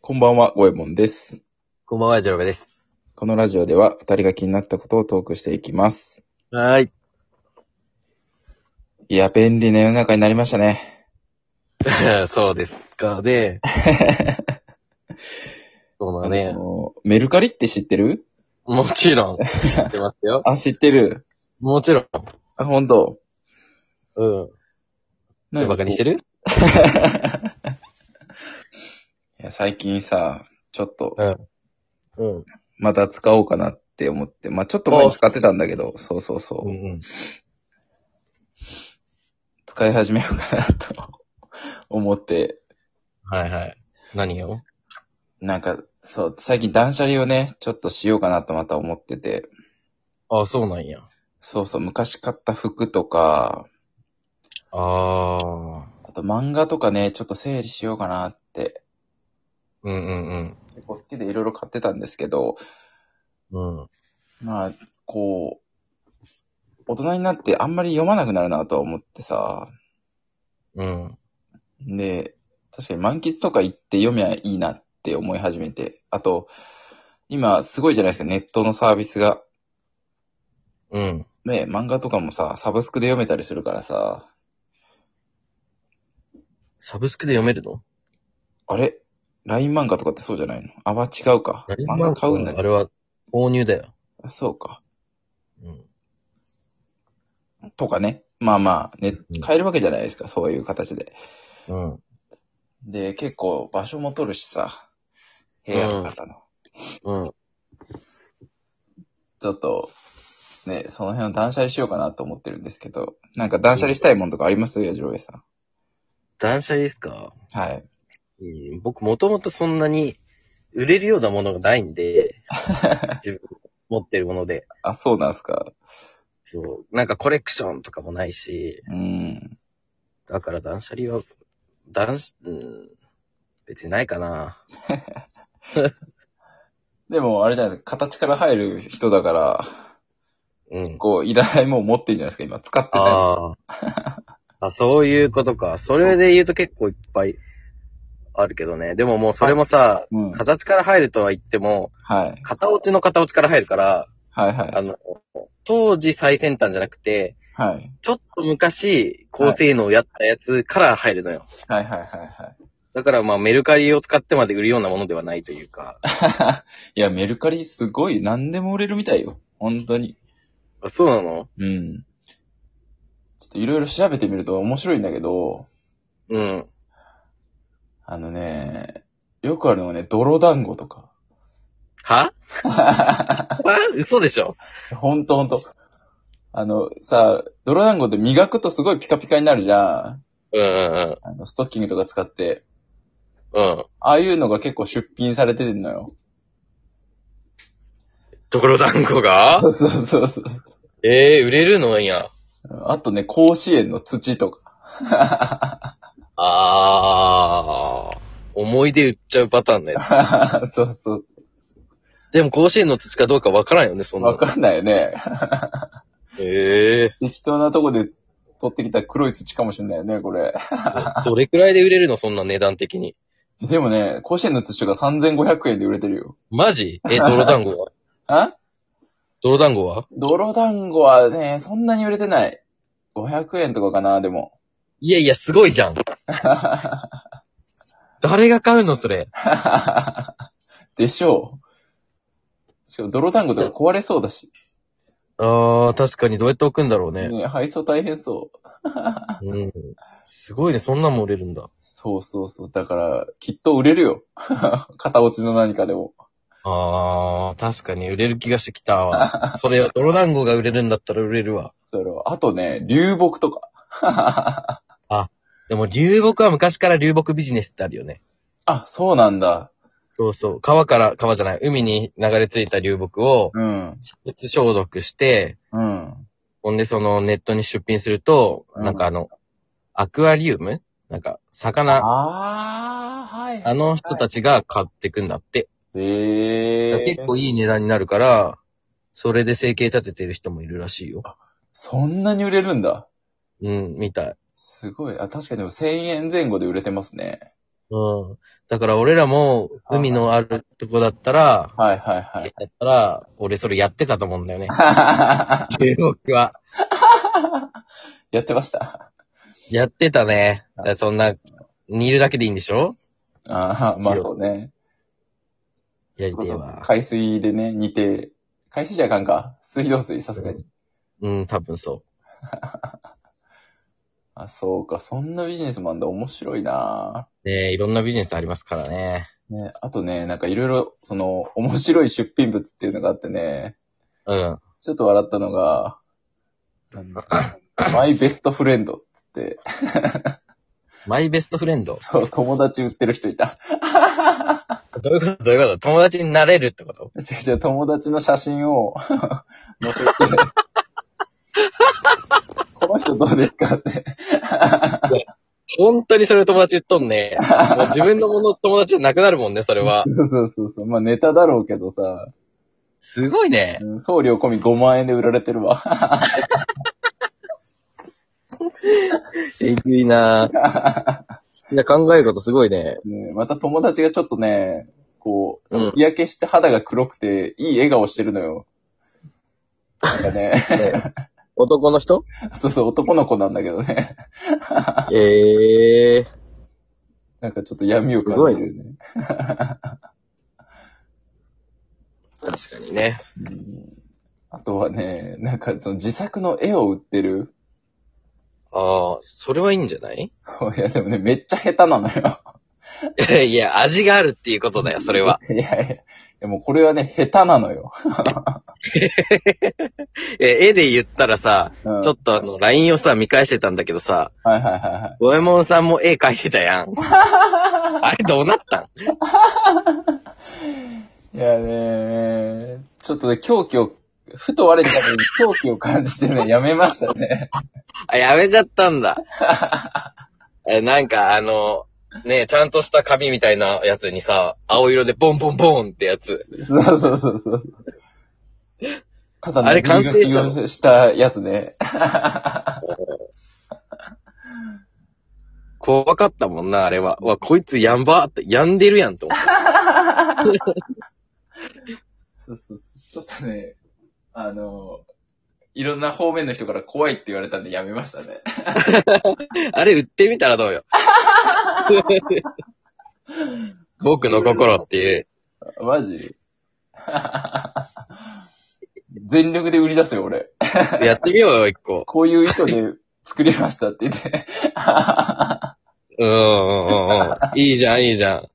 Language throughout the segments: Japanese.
こんばんは、ごえもんです。こんばんは、ジョロベです。このラジオでは、二人が気になったことをトークしていきます。はーい。いや、便利な世の中になりましたね。 そうですかね。そうだ あね。のメルカリって知ってるもちろん、知ってます よ。あ、知ってる。もちろん。あ、ほんと。うん。で、バカにしてるる いや、最近さ、ちょっと、うん。また使おうかなって思って、まあちょっと前に使ってたんだけど、そうそうそうう。ん。使い始めようかなと 思って、はいはい。何よなんか、そう、最近断捨離をね、ちょっとしようかなとまた思ってて、あ、そうなんや。そうそう、昔買った服とか、あー。あと漫画とかね、ちょっと整理しようかなって、うんうん結構好きでいろいろ買ってたんですけど、うん。うん。まあ、こう、大人になってあんまり読まなくなるなとは思ってさ、うん。で、確かに満喫とか行って読みゃいいなって思い始めて、あと、今すごいじゃないですか、ネットのサービスが。うん。ね、漫画とかもさ、サブスクで読めたりするからさ、サブスクで読めるのあれ ?LINE 漫画とかってそうじゃないのあ、は違うか。漫画買うんだあけれは、購入だよ。ど。そうか。うん。とかね。まあまあ、ねうん、買えるわけじゃないですか、そういう形で。うん。で、結構場所も取るしさ、部屋の方の。うん。ちょっと、ね、その辺を断捨離しようかなと思ってるんですけど、なんか断捨離したいものとかあります矢印さん。断捨離ですかはい。うん、僕もともとそんなに売れるようなものがない んで、自分持ってるもので。あ、そうなんすか。そう。なんかコレクションとかもないし、うん。だから断捨離は、断捨、うん、別にないかな。でも、あれじゃないですか、形から入る人だから、うん。こう、いらないもん持ってんじゃないですか、今。使ってない。あ あ。あ、そういうことか。それで言うと結構いっぱいあるけどね。でももうそれもさ、うん。はい。形から入るとは言っても、はい片落ちの片落ちから入るから、あはい。の、当時最先端じゃなくて、はい。ちょっと昔、高性能やったやつから入るのよ。はいはいはいはい。だからまあメルカリを使ってまで売るようなものではないというか。い や、メルカリすごい何でも売れるみたいよ。本当に。あそうなのうん。ちょっといろいろ調べてみると面白いんだけど、うん。あのね、よくあるのがね、泥団子とか。はあ嘘でしょほんとほんと。あの、さ、泥団子って磨くとすごいピカピカになるじゃん。うんうんあの、ストッキングとか使って。うん。うん。ああいうのが結構出品されてるのよ。ところ団子がそうそうそうそう。ええ売れるのや。あとね、甲子園の土とか。あー。思い出売っちゃうパターンのや そうそう。つ。でも甲子園の土かどうかわからんよね、そんなわの。かんないよね。ええ適当なとこで取ってきた黒い土かもしれないよね、これ。どれくらいで売れるの、そんな値段的に。でもね、甲子園の土が3500円で売れてるよ。マジえ、泥団子は あ泥団子は泥団子はね、そんなに売れてない。500円とかかな、でも。 いやいや、すごいじゃん。誰が買うのそれ。でしょう。しかも泥団子とか壊れそうだし。ああ、確かにどうやって置くんだろうね。ね配送大変そう。うん。すごいね、そんなんも売れるんだ。そうそうそう。だから、きっと売れるよ。 片落ちの何かでも。ああ、確かに売れる気がしてきたわ。それは泥団子が売れるんだったら売れるわ。それは。あとね、流木とか。 でも流木は昔から流木ビジネスってあるよね。あ、そうなんだ。そうそう。川から、川じゃない、海に流れ着いた流木を、うん。煮物消毒して、うん。ほんでそのネットに出品すると、うんなんかあの、アクアリウムなんか、魚、ああ、はい。あの人たちが買ってくんだって。ええ結構いい値段になるから、それで生計立ててる人もいるらしいよ。そんなに売れるんだ。うん、みたい。すごい。あ、確かにでも1000円前後で売れてますね。ううん。だから俺らも、海のあるとこだったら、はいはいはだい。。ったら、俺それやってたと思うんだよ ねや中国は。ってました。やってたね。だからそんな、煮るだけでいいんでしょああ、まあそうね。やりてえわ。海水でね、煮て、海水じゃあかんか。水道水、さすがに。うん、多分そあ、そうか。そんなビジネスもあんだ。面白いなう。ねいろんなビジネスありますからね。ね、あとね、なんかいろいろ、その、面白い出品物っていうのがあってね、うん。ちょっと笑ったのが、なん だマイベストフレンドってって、マイベストフレンド。そう、友達売ってる人いた。どういうことどういうこと友達になれるってこと違う違う、友達の写真を 載せて、この人どうですかって。本当にそれ友達言っとん ね。もう自分のもの友達じゃなくなるもんね、それは。そうそうそうそう。まあネタだろうけどさ、すごいね。うん送料込み5万円で売られてるわ。えぐいなみんな考えることすごいね。ね、また友達がちょっとね、こううん、日焼けして肌が黒くて、いい笑顔してるのよ。なんかね、 男の人そうそう、男の子なんだけどね。ええー。なんかちょっと闇を感じるよね。確かにね。うんあとはね、なんかその自作の絵を売ってる。ああ、それはいいんじゃないそう、いやでもね、めっちゃ下手なのよ。 いや、味があるっていうことだよ、それは。。 いやいや、いやもうこれはね、下手なのよ。 え、絵で言ったらさ、うん、ちょっとあの、LINE をさ、見返してたんだけどさ、はいはいはいはい。ゴエモンさんも絵描いてたや ん。あれどうなったんいやね、ちょっとね、狂気を、ふと割れたのに狂気を感じて ね、やめましたね。あ、やめちゃったん だ。え、なんかあの、ねちゃんとした紙みたいなやつにさ、青色でボンボンボンってやつ。そうそうそうそう。ただね、あれ完成したのリーグしたやつね。怖かったもんな、あれは。うわ、こいつやんばーって、やんでるやんと思った。そうそうそう。ちょっとね、あの、いろんな方面の人から怖いって言われたんでやめましたね。あれ売ってみたらどうよ。僕の心っていう。マジ全力で売り出すよ、俺。やってみようよ、一個。こういう意図で作りましたって言って。うんうんうんうん。いいじゃん、いいじゃん。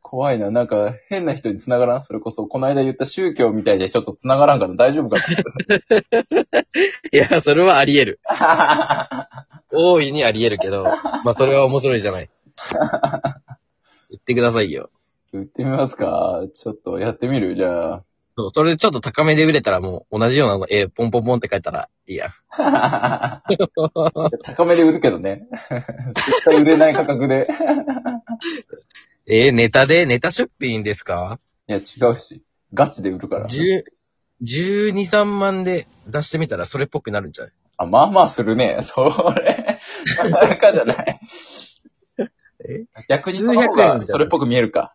怖いな。なんか、変な人に繋がらんそれこそ、この間言った宗教みたいでちょっと繋がらんから大丈夫かいや、それはあり得る。 な大いにあり得るけど、まあそれは面白いじゃない。言ってくださいよ。売ってみますかちょっとやってみるじゃそうそれでちょっと高めで売れたらもう同じようなの、えーポンポンポンって書いたらいいや。あ。高めで売るけどね。絶対売れない価格で。えーネタで、ネタ出品ですかいや、違うし。ガチで売るから。十、十二、三万で出してみたらそれっぽくなるんじゃないあ、まあまあするね。それ、なかなかじゃない。え逆にその方数百円みたいがなそれっぽく見えるか。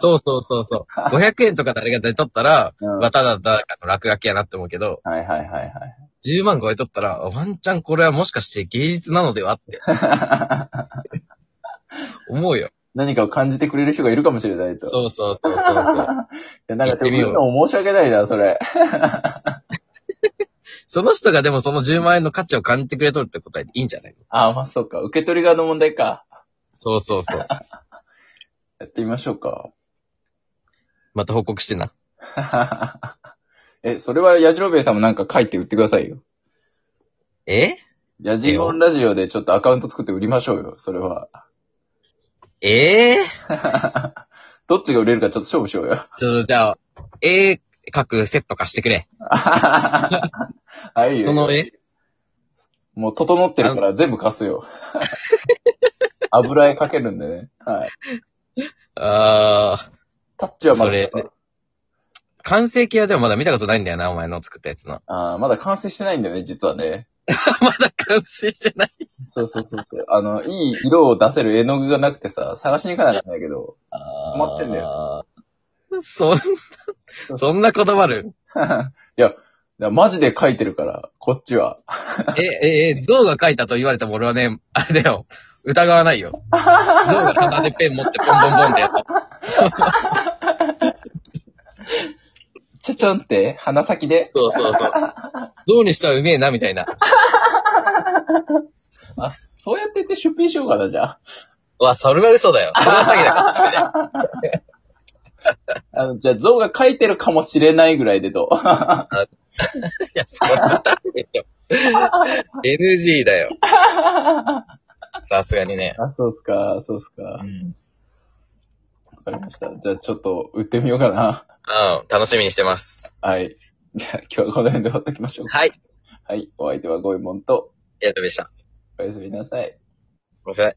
そうそうそうそう。500円とか誰が出とったら、うんまあただただの落書きやなって思うけど、はいはいはいはい。 10万超えとったら、ワンチャンこれはもしかして芸術なのでは って思うよ。何かを感じてくれる人がいるかもしれないと。そうそうそう いそうそう。や、なんかちょっと言ってみよ言ううのも申し訳ないな、それ。その人がでもその10万円の価値を感じてくれとるってことはいいんじゃないのあ、まあそうか。受け取り側の問題か。そうそうそう。やってみましょうか。 また報告してな。え、それは矢印兵衛さんもなんか書いて売ってくださいよ。え矢印オンラジオでちょっとアカウント作って売りましょうよ、それは。 ええどっちが売れるかちょっと勝負しよう よ。ちょっとじゃあ、絵描くセット化してくれ。はいよ。その絵もう整ってるから全部貸す よ。油絵かけるんでね。はい。あー、タッチはまだ。それ完成形はでもまだ見たことないんだよな、お前の作ったやつの。あーまだ完成してないんだよね、実はね。まだ完成じゃない。そうそうそうそう。あの、いい色を出せる絵の具がなくてさ、探しに行かなかったんだけど。困ってんだよ。そんな、そんなこだわる いや、だからマジで描いてるから、こっちは。え、え、え、象が書いたと言われても俺はね、あれだよ。疑わないよ。象が片手ペン持ってポンポンポンってやった。ちゃちゃんって、鼻先で。そうそうそう。象にしたらうめえな、みたいな。そうやってって出品しようかな、じゃあ。わ、それは嘘だよ。それは詐欺だから。あの、じゃあ、象が描いてるかもしれないぐらいでどう いや、それはダメでしょ。NG だよ。さすがにね。あ、そうっすか、そうっすか。うわん。かりました。じゃあ、ちょっと、売ってみようかな。楽しみにしてます。はい。じゃあ、今日はこの辺で終わっときましょうか。はい。はい。お相手はゴイモンと、やっとでした。おやすみなさい。ごめんなさい。